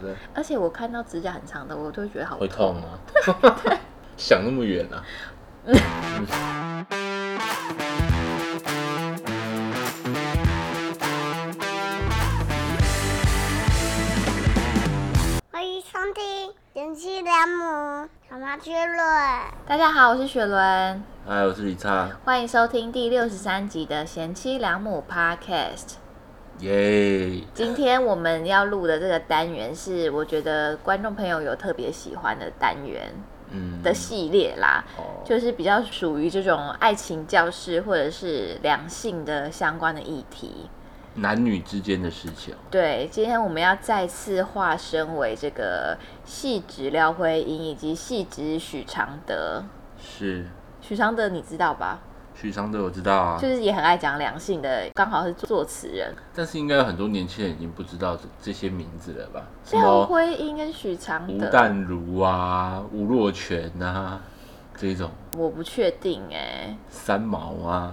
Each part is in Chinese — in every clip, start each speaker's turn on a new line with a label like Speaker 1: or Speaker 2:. Speaker 1: 对，
Speaker 2: 而且我看到指甲很长的，我都会觉得好
Speaker 3: 会痛 啊。想那么远啊？
Speaker 4: 欢迎收听《贤妻良母》小马趣论。
Speaker 2: 大家好，我是雪伦，
Speaker 3: 哎，我是李灿，
Speaker 2: 欢迎收听第六十三集的《贤妻良母》Podcast。
Speaker 3: 耶！
Speaker 2: 今天我们要录的这个单元是，我觉得观众朋友有特别喜欢的单元
Speaker 3: 嗯
Speaker 2: 的系列啦，
Speaker 3: 哦，
Speaker 2: 就是比较属于这种爱情教室或者是两性的相关的议题。
Speaker 3: 男女之间的事情，
Speaker 2: 对，今天我们要再次化身为这个戏职廖辉英以及戏职许常德。
Speaker 3: 是
Speaker 2: 许常德你知道吧？
Speaker 3: 许昌德我知道啊
Speaker 2: 就，是也很爱讲两性的，刚好是作词人
Speaker 3: 但是应该有很多年轻人已经不知道这这些名字了吧？什
Speaker 2: 廖
Speaker 3: 么
Speaker 2: 辉英跟许常
Speaker 3: 吴
Speaker 2: 德。
Speaker 3: 淡如啊、吴若权啊，这种
Speaker 2: 我不确定哎、
Speaker 3: 三毛啊，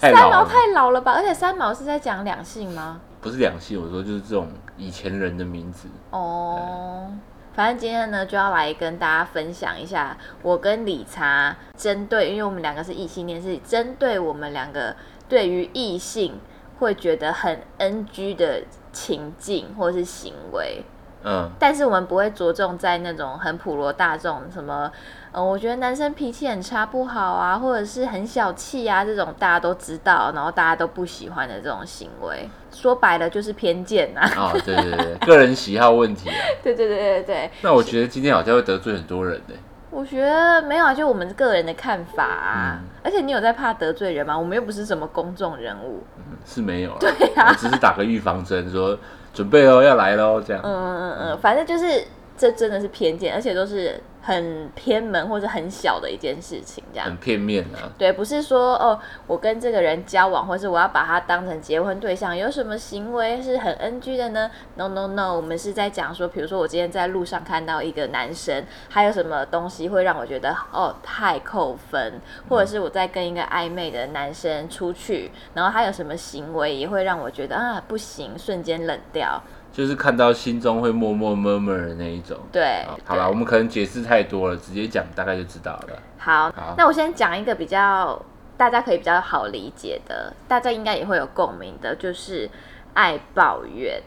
Speaker 3: 太
Speaker 2: 三
Speaker 3: 老
Speaker 2: 毛
Speaker 3: 了，
Speaker 2: 太老了吧？而且三毛是在讲两性吗？
Speaker 3: 不是两性，我说就是这种以前人的名字。
Speaker 2: 哦，反正今天呢就要来跟大家分享一下，我跟理查针对，因为我们两个是异性恋，是针对我们两个对于异性会觉得很 NG 的情境或是行为。
Speaker 3: 嗯，
Speaker 2: 但是我们不会着重在那种很普罗大众什么，呃，我觉得男生脾气很差不好啊，或者是很小气啊这种大家都知道，然后大家都不喜欢的这种行为，说白了就是偏见呐、啊。
Speaker 3: 啊、对对对，对个人喜好问题啊。
Speaker 2: 对对对对对，
Speaker 3: 那我觉得今天好像会得罪很多人呢、
Speaker 2: 我觉得没有啊，就我们个人的看法、啊。而且你有在怕得罪人吗？我们又不是什么公众人物。
Speaker 3: 嗯是没有啦，对啊，我只是打个预防针，说准备哦，要来喽，这样。
Speaker 2: 嗯嗯嗯嗯，反正就是这真的是偏见，而且都是很偏门或者很小的一件事情这样
Speaker 3: 很。片面啊，
Speaker 2: 对，不是说哦，我跟这个人交往，或是我要把他当成结婚对象，有什么行为是很 NG 的呢？No No No，我们是在讲说，比如说我今天在路上看到一个男生，还有什么东西会让我觉得哦太扣分，或者是我在跟一个暧昧的男生出去，然后他有什么行为也会让我觉得啊不行，瞬间冷掉。
Speaker 3: 就是看到心中会默默 murmur 的那一种。
Speaker 2: 对
Speaker 3: 啊，好啦，
Speaker 2: 对
Speaker 3: 我们可能解释太多了，直接讲大概就知道了。
Speaker 2: 好，
Speaker 3: 好
Speaker 2: 那我先讲一个比较大家可以比较好理解的，大家应该也会有共鸣的，就是爱抱怨。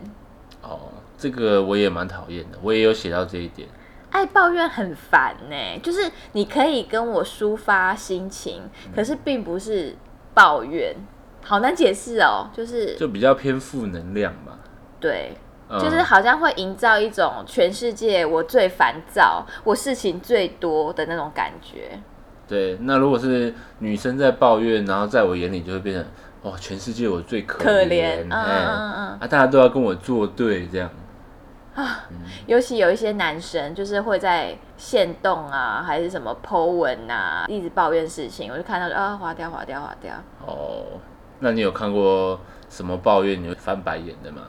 Speaker 3: 哦，这个我也蛮讨厌的，我也有写到这一点。
Speaker 2: 爱抱怨很烦呢、就是你可以跟我抒发心情，
Speaker 3: 嗯
Speaker 2: 可是并不是抱怨，好难解释哦。就是
Speaker 3: 就比较偏负能量嘛。
Speaker 2: 对，
Speaker 3: 嗯
Speaker 2: 就是好像会营造一种全世界我最烦躁，我事情最多的那种感觉。
Speaker 3: 对。那如果是女生在抱怨，然后在我眼里就会变成哇，全世界我最可
Speaker 2: 可
Speaker 3: 怜
Speaker 2: 怜，嗯
Speaker 3: 哎
Speaker 2: 嗯嗯
Speaker 3: 啊，大家都要跟我作对这样。
Speaker 2: 尤其有一些男生，就是会在线动啊，还是什么 Po 文啊，一直抱怨事情，我就看到就啊，划掉，划掉，划掉。
Speaker 3: 哦，那你有看过什么抱怨你会翻白眼的吗？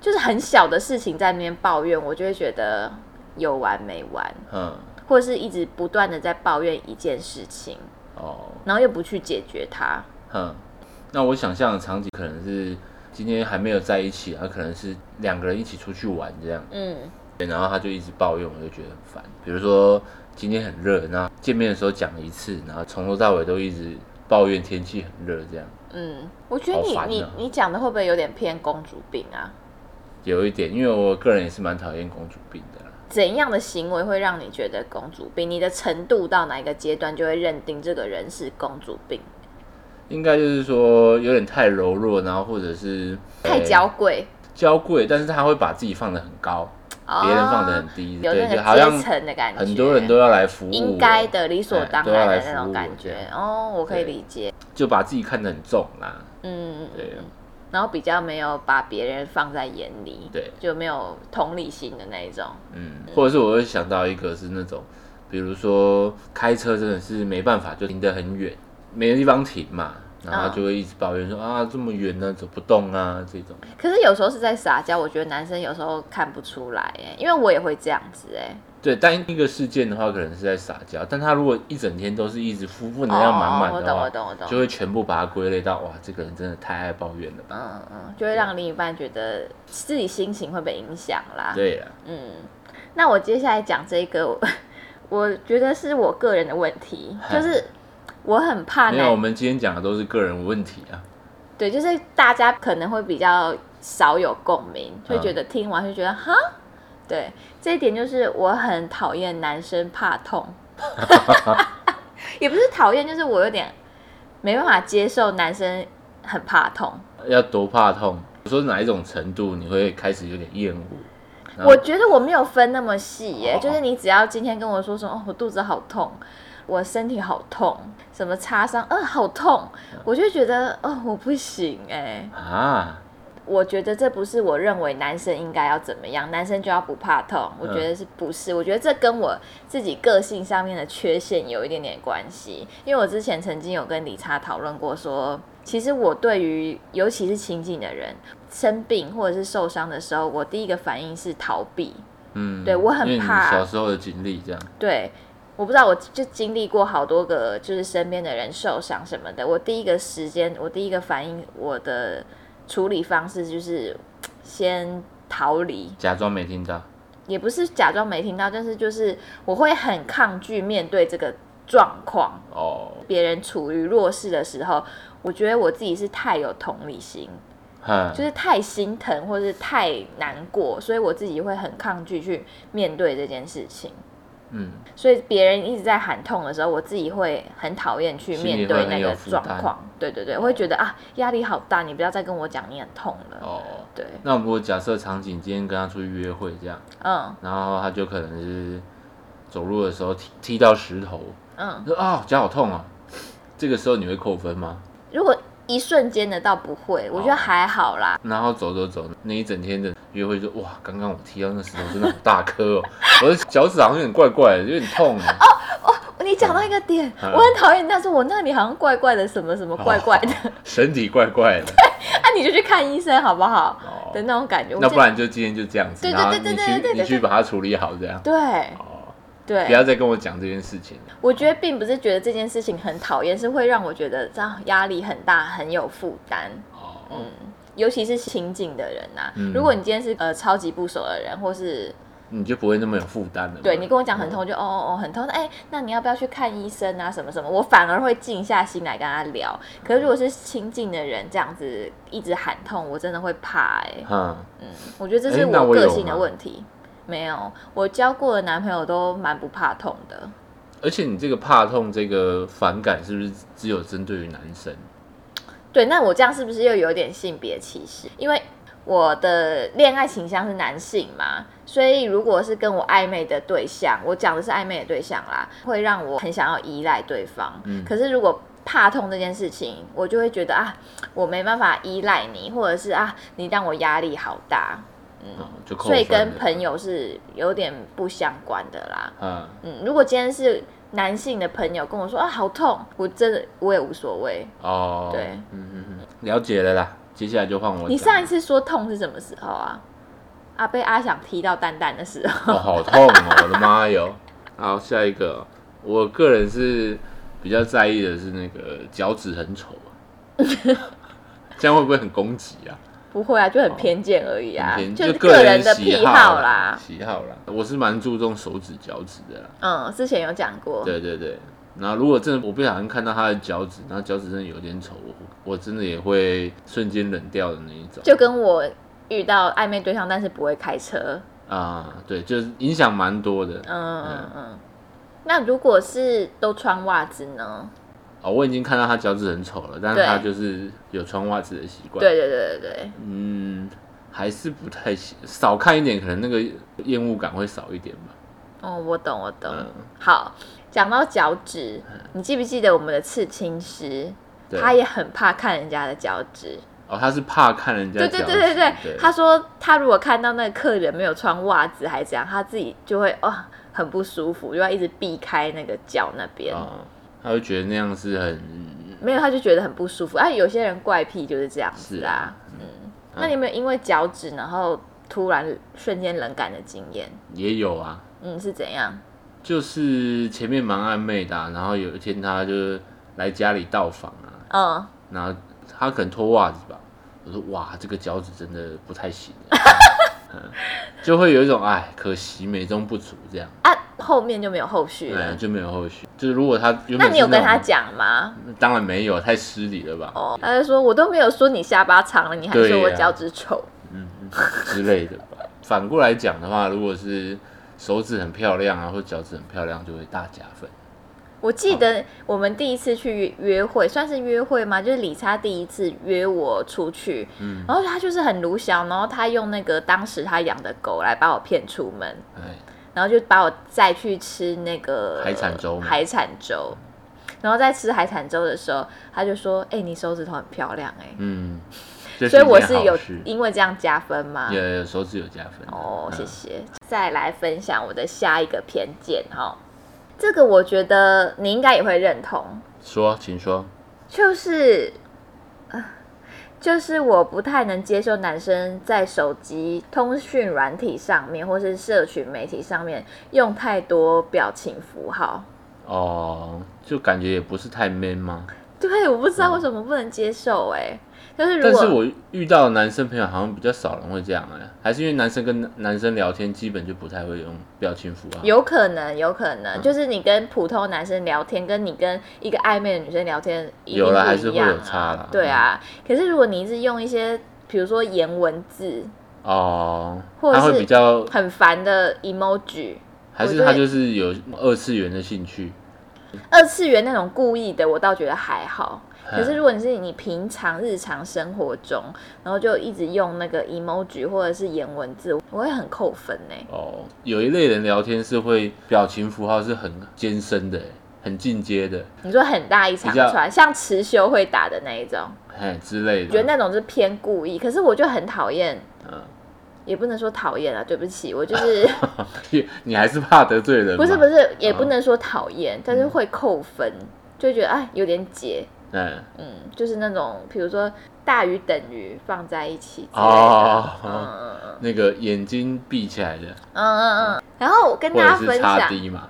Speaker 2: 就是很小的事情在那边抱怨，我就会觉得有完没完，
Speaker 3: 嗯，
Speaker 2: 或者是一直不断的在抱怨一件事情，
Speaker 3: 哦，
Speaker 2: 然后又不去解决它。
Speaker 3: 哼，那我想象的场景可能是今天还没有在一起啊，可能是两个人一起出去玩这样，
Speaker 2: 嗯，
Speaker 3: 对然后他就一直抱怨，我就觉得很烦。比如说今天很热，然后见面的时候讲一次，然后从头到尾都一直抱怨天气很热这样，
Speaker 2: 嗯，我觉得
Speaker 3: 好
Speaker 2: 你、
Speaker 3: 烦啊
Speaker 2: 你你讲的会不会有点偏公主病啊？
Speaker 3: 有一点，因为我个人也是蛮讨厌公主病的啦。
Speaker 2: 怎样的行为会让你觉得公主病？你的程度到哪一个阶段就会认定这个人是公主病？
Speaker 3: 应该就是说有点太柔弱，然后或者是
Speaker 2: 太
Speaker 3: 呃
Speaker 2: 娇贵，
Speaker 3: 娇贵，但是他会把自己放得很高，
Speaker 2: 哦
Speaker 3: 别人放得很低，
Speaker 2: 有那
Speaker 3: 对，就好
Speaker 2: 个阶
Speaker 3: 像
Speaker 2: 层的感觉，
Speaker 3: 很多人都要来服务我，
Speaker 2: 应该的、理所当然的那种感
Speaker 3: 对哎都要来
Speaker 2: 觉
Speaker 3: 服务。
Speaker 2: 哦，我可以
Speaker 3: 对
Speaker 2: 理解，
Speaker 3: 就把自己看得很重啦，
Speaker 2: 嗯，
Speaker 3: 对，
Speaker 2: 然后比较没有把别人放在眼里，
Speaker 3: 对
Speaker 2: 就没有同理心的那一种。
Speaker 3: 嗯，或者是我会想到一个是那种，比如说开车真的是没办法，就停得很远，没地方停嘛，
Speaker 2: 嗯
Speaker 3: 然后他就会一直抱怨说、啊这么远呢走不动啊这种。
Speaker 2: 可是有时候是在撒娇，我觉得男生有时候看不出来哎，因为我也会这样子哎。
Speaker 3: 对，单一个事件的话可能是在撒娇，但他如果一整天都是一直负负能量满满的
Speaker 2: 哦
Speaker 3: 话，
Speaker 2: 我懂我懂我懂
Speaker 3: 就会全部把它归类到哇这个人真的太爱抱怨了吧？
Speaker 2: 嗯嗯，就会让另一半觉得自己心情会被影响啦。
Speaker 3: 对啊，
Speaker 2: 嗯，那我接下来讲这个，我我觉得是我个人的问题，
Speaker 3: 嗨
Speaker 2: 就是我很怕
Speaker 3: 没有，我
Speaker 2: 男，
Speaker 3: 们今天讲的都是个人问题啊。
Speaker 2: 对，就是大家可能会比较少有共鸣，会
Speaker 3: 嗯
Speaker 2: 觉得听完就觉得哈，对，这一点就是我很讨厌男生怕 痛，也不是讨厌，就是我有点没办法接受男生很怕痛。
Speaker 3: 要多怕痛？我说哪一种程度你会开始有点厌恶？然后
Speaker 2: 我觉得我没有分那么细耶、
Speaker 3: 嗯哦
Speaker 2: 就是你只要今天跟我说说，哦，我肚子好痛，我身体好痛，什么擦伤，嗯、好痛，我就觉得，哦，我不行哎、
Speaker 3: 啊，
Speaker 2: 我觉得这不是我认为男生应该要怎么样，男生就要不怕痛，
Speaker 3: 嗯
Speaker 2: 我觉得是不是？我觉得这跟我自己个性上面的缺陷有一点点关系，因为我之前曾经有跟理查讨论过说。其实我对于尤其是亲近的人生病或者是受伤的时候，我第一个反应是逃避，
Speaker 3: 嗯，
Speaker 2: 对我很
Speaker 3: 因为你
Speaker 2: 怕
Speaker 3: 小时候的经历这样，
Speaker 2: 对，我不知道，我就经历过好多个，就是身边的人受伤什么的。我第一个时间，我第一个反应，我的处理方式就是先逃离，
Speaker 3: 假装没听到。
Speaker 2: 也不是假装没听到，但是就是我会很抗拒面对这个状况。
Speaker 3: 哦，
Speaker 2: 别人处于弱势的时候，我觉得我自己是太有同理心，
Speaker 3: 哈，
Speaker 2: 就是太心疼或是太难过，所以我自己会很抗拒去面对这件事情。
Speaker 3: 嗯，
Speaker 2: 所以别人一直在喊痛的时候，我自己会很讨厌去面对那个状
Speaker 3: 心里会很有负
Speaker 2: 况
Speaker 3: 担。
Speaker 2: 对对对，我会觉得啊，压力好大，你不要再跟我讲你很痛了。
Speaker 3: 哦，
Speaker 2: 对，
Speaker 3: 那如果假设场景今天跟他出去约会这样，
Speaker 2: 嗯
Speaker 3: 然后他就可能是走路的时候踢踢到石头，
Speaker 2: 嗯，
Speaker 3: 说啊脚好痛啊，这个时候你会扣分吗？
Speaker 2: 如果一瞬间的倒不会，
Speaker 3: 哦
Speaker 2: 我觉得还好啦。
Speaker 3: 然后走走走，那一整天的约会就哇，刚刚我踢到那石头真的好大颗哦，我的脚趾好像有点怪怪的，有点 痛哦。
Speaker 2: 你讲到一个点，
Speaker 3: 嗯
Speaker 2: 我很讨厌人家说我那里好像怪怪的，什么什么怪怪的，
Speaker 3: 哦， 身体怪怪的。
Speaker 2: 那、你就去看医生好不好？
Speaker 3: 哦
Speaker 2: 的，那种感觉。
Speaker 3: 那
Speaker 2: 我
Speaker 3: 不然就今天就这样子，
Speaker 2: 对对
Speaker 3: 然后
Speaker 2: 对
Speaker 3: 你
Speaker 2: 对对对
Speaker 3: 去
Speaker 2: 对
Speaker 3: 你去把它处理好，这样。
Speaker 2: 真的
Speaker 3: 哦，
Speaker 2: 对
Speaker 3: 不
Speaker 2: 对，
Speaker 3: 要再跟我讲这件事情了。
Speaker 2: 我觉得并不是觉得这件事情很讨厌，是会让我觉得这样压力很大，很有负担。
Speaker 3: 哦，
Speaker 2: 嗯尤其是亲近的人呐、
Speaker 3: 嗯
Speaker 2: 如果你今天是呃超级不熟的人，或是
Speaker 3: 你就不会那么有负担了嘛。
Speaker 2: 对你跟我讲很痛，我就哦哦哦很痛，那哎、那你要不要去看医生啊？什么什么，我反而会静下心来跟他聊。可是如果是亲近的人这样子一直喊痛，我真的会怕哎、
Speaker 3: 嗯，
Speaker 2: 我觉得这
Speaker 3: 哎
Speaker 2: 是
Speaker 3: 那我有
Speaker 2: 个性的
Speaker 3: 吗
Speaker 2: 问题。没有，我交过的男朋友都蛮不怕痛的。
Speaker 3: 而且你这个怕痛这个反感是不是只有针对于男生？
Speaker 2: 对，那我这样是不是又有点性别歧视？因为我的恋爱倾向是男性嘛，所以如果是跟我暧昧的对象，我讲的是暧昧的对象啦，会让我很想要依赖对方。
Speaker 3: 嗯
Speaker 2: 可是如果怕痛这件事情，我就会觉得啊，我没办法依赖你，或者是啊，你让我压力好大，
Speaker 3: 哦，就扣
Speaker 2: 嗯
Speaker 3: 分
Speaker 2: 所
Speaker 3: 了。
Speaker 2: 以跟朋友是有点不相关的啦。
Speaker 3: 嗯，
Speaker 2: 嗯，如果今天是男性的朋友跟我说啊好痛，我真的我也无所谓。
Speaker 3: 哦，
Speaker 2: 对
Speaker 3: 嗯嗯嗯，了解了啦。接下来就换我讲。
Speaker 2: 你上一次说痛是什么时候啊？啊，被阿想踢到蛋蛋的时候。
Speaker 3: 哦，好痛哦！我的妈哟！好，下一个，哦我个人是比较在意的是那个脚趾很丑 啊，这样会不会很攻击啊？
Speaker 2: 不会啊，就很偏见而已啊，
Speaker 3: 很偏
Speaker 2: 是
Speaker 3: 就个
Speaker 2: 人的
Speaker 3: 喜
Speaker 2: 癖
Speaker 3: 好
Speaker 2: 啦。
Speaker 3: 喜好啦。我是蛮注重手指脚趾的啦，
Speaker 2: 嗯，之前有讲过，
Speaker 3: 对对对。然后如果真的我不小心看到他的脚趾，然后脚趾真的有点丑，我我真的也会瞬间冷掉的那一种。
Speaker 2: 就跟我遇到暧昧对象，但是不会开车。
Speaker 3: 啊、对，就是影响蛮多的。
Speaker 2: 嗯嗯嗯。那如果是都穿袜子呢？
Speaker 3: 哦，我已经看到他脚趾很丑了，但是他
Speaker 2: 对
Speaker 3: 就是有穿袜子的习惯。
Speaker 2: 对对对对对，
Speaker 3: 嗯，还是不太行，少看一点，可能那个厌恶感会少一点吧。
Speaker 2: 哦，我懂我懂。
Speaker 3: 嗯
Speaker 2: 好，讲到脚趾，你记不记得我们的刺青师，
Speaker 3: 对
Speaker 2: 他也很怕看人家的脚趾。
Speaker 3: 哦，他是怕看人家
Speaker 2: 对
Speaker 3: 脚
Speaker 2: 对
Speaker 3: 趾。
Speaker 2: 对对对，
Speaker 3: 对，
Speaker 2: 他说他如果看到那个客人没有穿袜子还这样，他自己就会哦很
Speaker 3: 哦
Speaker 2: 不舒服，就要一直避开那个脚那边。
Speaker 3: 啊、他会觉得那样是很
Speaker 2: 没有他就觉得很不舒服啊。有些人怪癖就是这样子
Speaker 3: 是
Speaker 2: 啊
Speaker 3: 啊。
Speaker 2: 那你有没有因为脚趾然后突然瞬间冷感的经验？
Speaker 3: 也有啊，
Speaker 2: 嗯，是怎样？
Speaker 3: 就是前面蛮暧昧的啊、然后有一天他就来家里到访啊，
Speaker 2: 嗯，
Speaker 3: 然后他可能脱袜子吧，我说哇，这个脚趾真的不太行、 嗯就会有一种哎，可惜美中不足这样，
Speaker 2: 啊，后面就没有后续
Speaker 3: 哎、
Speaker 2: 了。
Speaker 3: 就没有后续。就是如果他原
Speaker 2: 啊那
Speaker 3: 本
Speaker 2: 你有
Speaker 3: 是那
Speaker 2: 跟
Speaker 3: 种
Speaker 2: 他？讲吗？
Speaker 3: 当然没有，太失礼了吧，
Speaker 2: 哦，他就说我都没有说你下巴长了，你还
Speaker 3: 对
Speaker 2: 说我
Speaker 3: 呀
Speaker 2: 脚趾丑。
Speaker 3: 嗯之类的吧。 反过来讲的话，如果是手指很漂亮啊，或脚趾很漂亮，就会大加分。
Speaker 2: 我记得我们第一次去约约会，算是约会吗？就是李莎第一次约我出去，
Speaker 3: 嗯
Speaker 2: 然后他就是很鲁小，然后他用那个当时他养的狗来把我骗出门，
Speaker 3: 哎，
Speaker 2: 然后就把我载去吃那个
Speaker 3: 海产粥吗
Speaker 2: 海产粥，然后在吃海产粥的时候，他就说：“哎、你手指头很漂亮、哎、
Speaker 3: 嗯，这
Speaker 2: 所以
Speaker 3: 一件
Speaker 2: 我是
Speaker 3: 好
Speaker 2: 有
Speaker 3: 事
Speaker 2: 因为这样加分吗？
Speaker 3: 有有手指有加分
Speaker 2: 哦，谢
Speaker 3: 嗯
Speaker 2: 谢。再来分享我的下一个偏见哈、这个我觉得你应该也会认同，
Speaker 3: 说，请说。
Speaker 2: 就是，呃就是我不太能接受男生在手机通讯软体上面或是社群媒体上面用太多表情符号。
Speaker 3: 哦，就感觉也不是太 man 吗？
Speaker 2: 对，我不知道为什么不能接受哎、就是如
Speaker 3: 嗯但
Speaker 2: 果
Speaker 3: 是我遇到的男生朋友好像比较少人会这样哎、还是因为男生跟男生聊天基本就不太会用表情符号。
Speaker 2: 有可能，有可能，
Speaker 3: 嗯
Speaker 2: 就是你跟普通男生聊天，跟你跟一个暧昧的女生聊天，一定
Speaker 3: 有啦
Speaker 2: 不
Speaker 3: 还是
Speaker 2: 一
Speaker 3: 会
Speaker 2: 样
Speaker 3: 有
Speaker 2: 啊
Speaker 3: 差啦嗯
Speaker 2: 对啊，可是如果你是用一些，比如说颜文字，
Speaker 3: 哦，
Speaker 2: 或者
Speaker 3: 他
Speaker 2: 是
Speaker 3: 会比较，
Speaker 2: 很烦的 emoji，
Speaker 3: 还
Speaker 2: 我
Speaker 3: 是
Speaker 2: 觉
Speaker 3: 他
Speaker 2: 得
Speaker 3: 就是有二次元的兴趣。
Speaker 2: 二次元那种故意的，我倒觉得还好。
Speaker 3: 嗯
Speaker 2: 可是如果你是你平常日常生活中，然后就一直用那个 emoji 或者是颜文字，我会很扣分欸呢、
Speaker 3: 哦，有一类人聊天是会表情符号是很艰深的欸，很进阶的，
Speaker 2: 你说很大一长
Speaker 3: 比较
Speaker 2: 串，像持修会打的那一种，
Speaker 3: 嘿之类
Speaker 2: 觉得
Speaker 3: 的。
Speaker 2: 那种是偏故意。可是我就很讨厌
Speaker 3: 嗯，
Speaker 2: 也不能说讨厌啊，对不起，我就是
Speaker 3: 你你还是怕得罪人？
Speaker 2: 不是不，是，也
Speaker 3: 嗯
Speaker 2: 不能说讨厌，但是会扣分，就会觉得哎有点解，
Speaker 3: 嗯，
Speaker 2: 嗯，就是那种比如说大于等于放在一起之类的，
Speaker 3: 哦
Speaker 2: 嗯嗯嗯
Speaker 3: 那个眼睛闭起来的，
Speaker 2: 嗯嗯嗯。然后我跟
Speaker 3: 或
Speaker 2: 大家
Speaker 3: 者
Speaker 2: 分
Speaker 3: 是
Speaker 2: 享
Speaker 3: 擦，低嘛，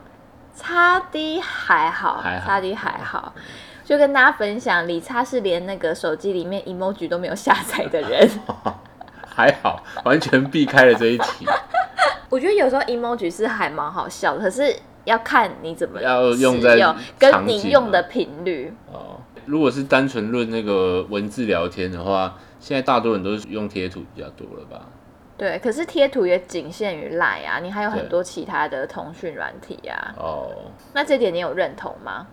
Speaker 2: 差低还好，
Speaker 3: 还好
Speaker 2: 差低还好。就跟大家分享，李差是连那个手机里面 emoji 都没有下载的 人。
Speaker 3: 还好，完全避开了这一题。
Speaker 2: 我觉得有时候 emoji 是还蛮好笑的，可是要看你怎么
Speaker 3: 要
Speaker 2: 使
Speaker 3: 用在
Speaker 2: 跟
Speaker 3: 场
Speaker 2: 你
Speaker 3: 景
Speaker 2: 用的
Speaker 3: 嘛
Speaker 2: 频率。
Speaker 3: 哦，如果是单纯论那个文字聊天的话，现在大多人都是用贴图比较多了吧？
Speaker 2: 对，可是贴图也仅限于赖啊，你还有很
Speaker 3: 对
Speaker 2: 多其他的通讯软体啊。
Speaker 3: 哦，
Speaker 2: 那这点你有认同吗？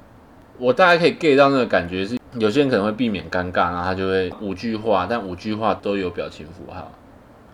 Speaker 3: 我大概可以 get 到那个感觉是，有些人可能会避免尴尬，然后他就会五句话，但五句话都有表情符号。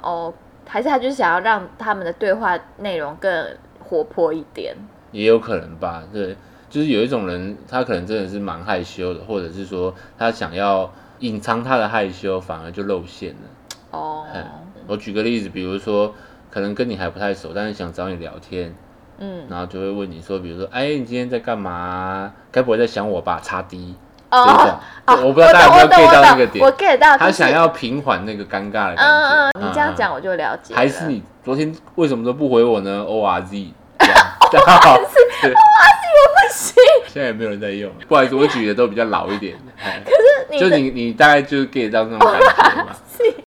Speaker 2: 哦，还是他就是想要让他们的对话内容更活泼一点？
Speaker 3: 也有可能吧，对，就是有一种人，他可能真的是蛮害羞的，或者是说他想要隐藏他的害羞，反而就露馅了。
Speaker 2: 哦，
Speaker 3: 嗯，我举个例子，比如说可能跟你还不太熟，但是想找你聊天，
Speaker 2: 嗯，
Speaker 3: 然后就会问你说，比如说，哎，你今天在干嘛？该不会在想我吧？叉 D，这一
Speaker 2: 哦
Speaker 3: 种，我不知道大家有
Speaker 2: 懂
Speaker 3: 没有
Speaker 2: 我懂
Speaker 3: get 到那
Speaker 2: 我
Speaker 3: 个
Speaker 2: 懂
Speaker 3: 点
Speaker 2: 我 get 到，
Speaker 3: 他
Speaker 2: 就是
Speaker 3: 想，要平缓那个尴尬的感觉。
Speaker 2: 嗯嗯，你这样讲
Speaker 3: 嗯，
Speaker 2: 我就了解了，
Speaker 3: 还是你昨天为什么都不回我呢？O R Z，这样
Speaker 2: 哦
Speaker 3: 这样对
Speaker 2: 不行，
Speaker 3: 现在也没有人在用，不好意思，我举的都比较老一点。哎
Speaker 2: 你
Speaker 3: 就
Speaker 2: 的
Speaker 3: 你你大概就是 get 到那种感觉嘛。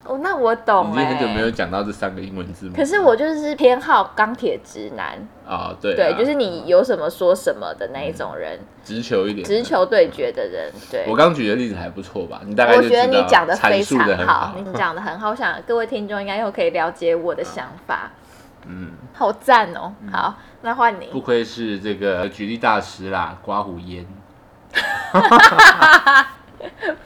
Speaker 2: 哦，那我 懂
Speaker 3: 已
Speaker 2: 哎、
Speaker 3: 经很久没有讲到这三个英文字母。
Speaker 2: 可是我就是偏好钢铁直男，
Speaker 3: 啊，对啊
Speaker 2: 对，就是你有什么说什么的那一种人，
Speaker 3: 直球一点。
Speaker 2: 直。球对决的人，对。
Speaker 3: 啊我刚举的例子还不错吧？你大概
Speaker 2: 我
Speaker 3: 就
Speaker 2: 觉得
Speaker 3: 知道
Speaker 2: 你讲的非
Speaker 3: 阐述
Speaker 2: 常
Speaker 3: 得很
Speaker 2: 好
Speaker 3: 好，，
Speaker 2: 你讲的很好，我想各位听众应该又可以了解我的想 法，
Speaker 3: 嗯，
Speaker 2: 好赞哦！好，那换你
Speaker 3: 不，愧是这个举例大师啦，刮胡烟。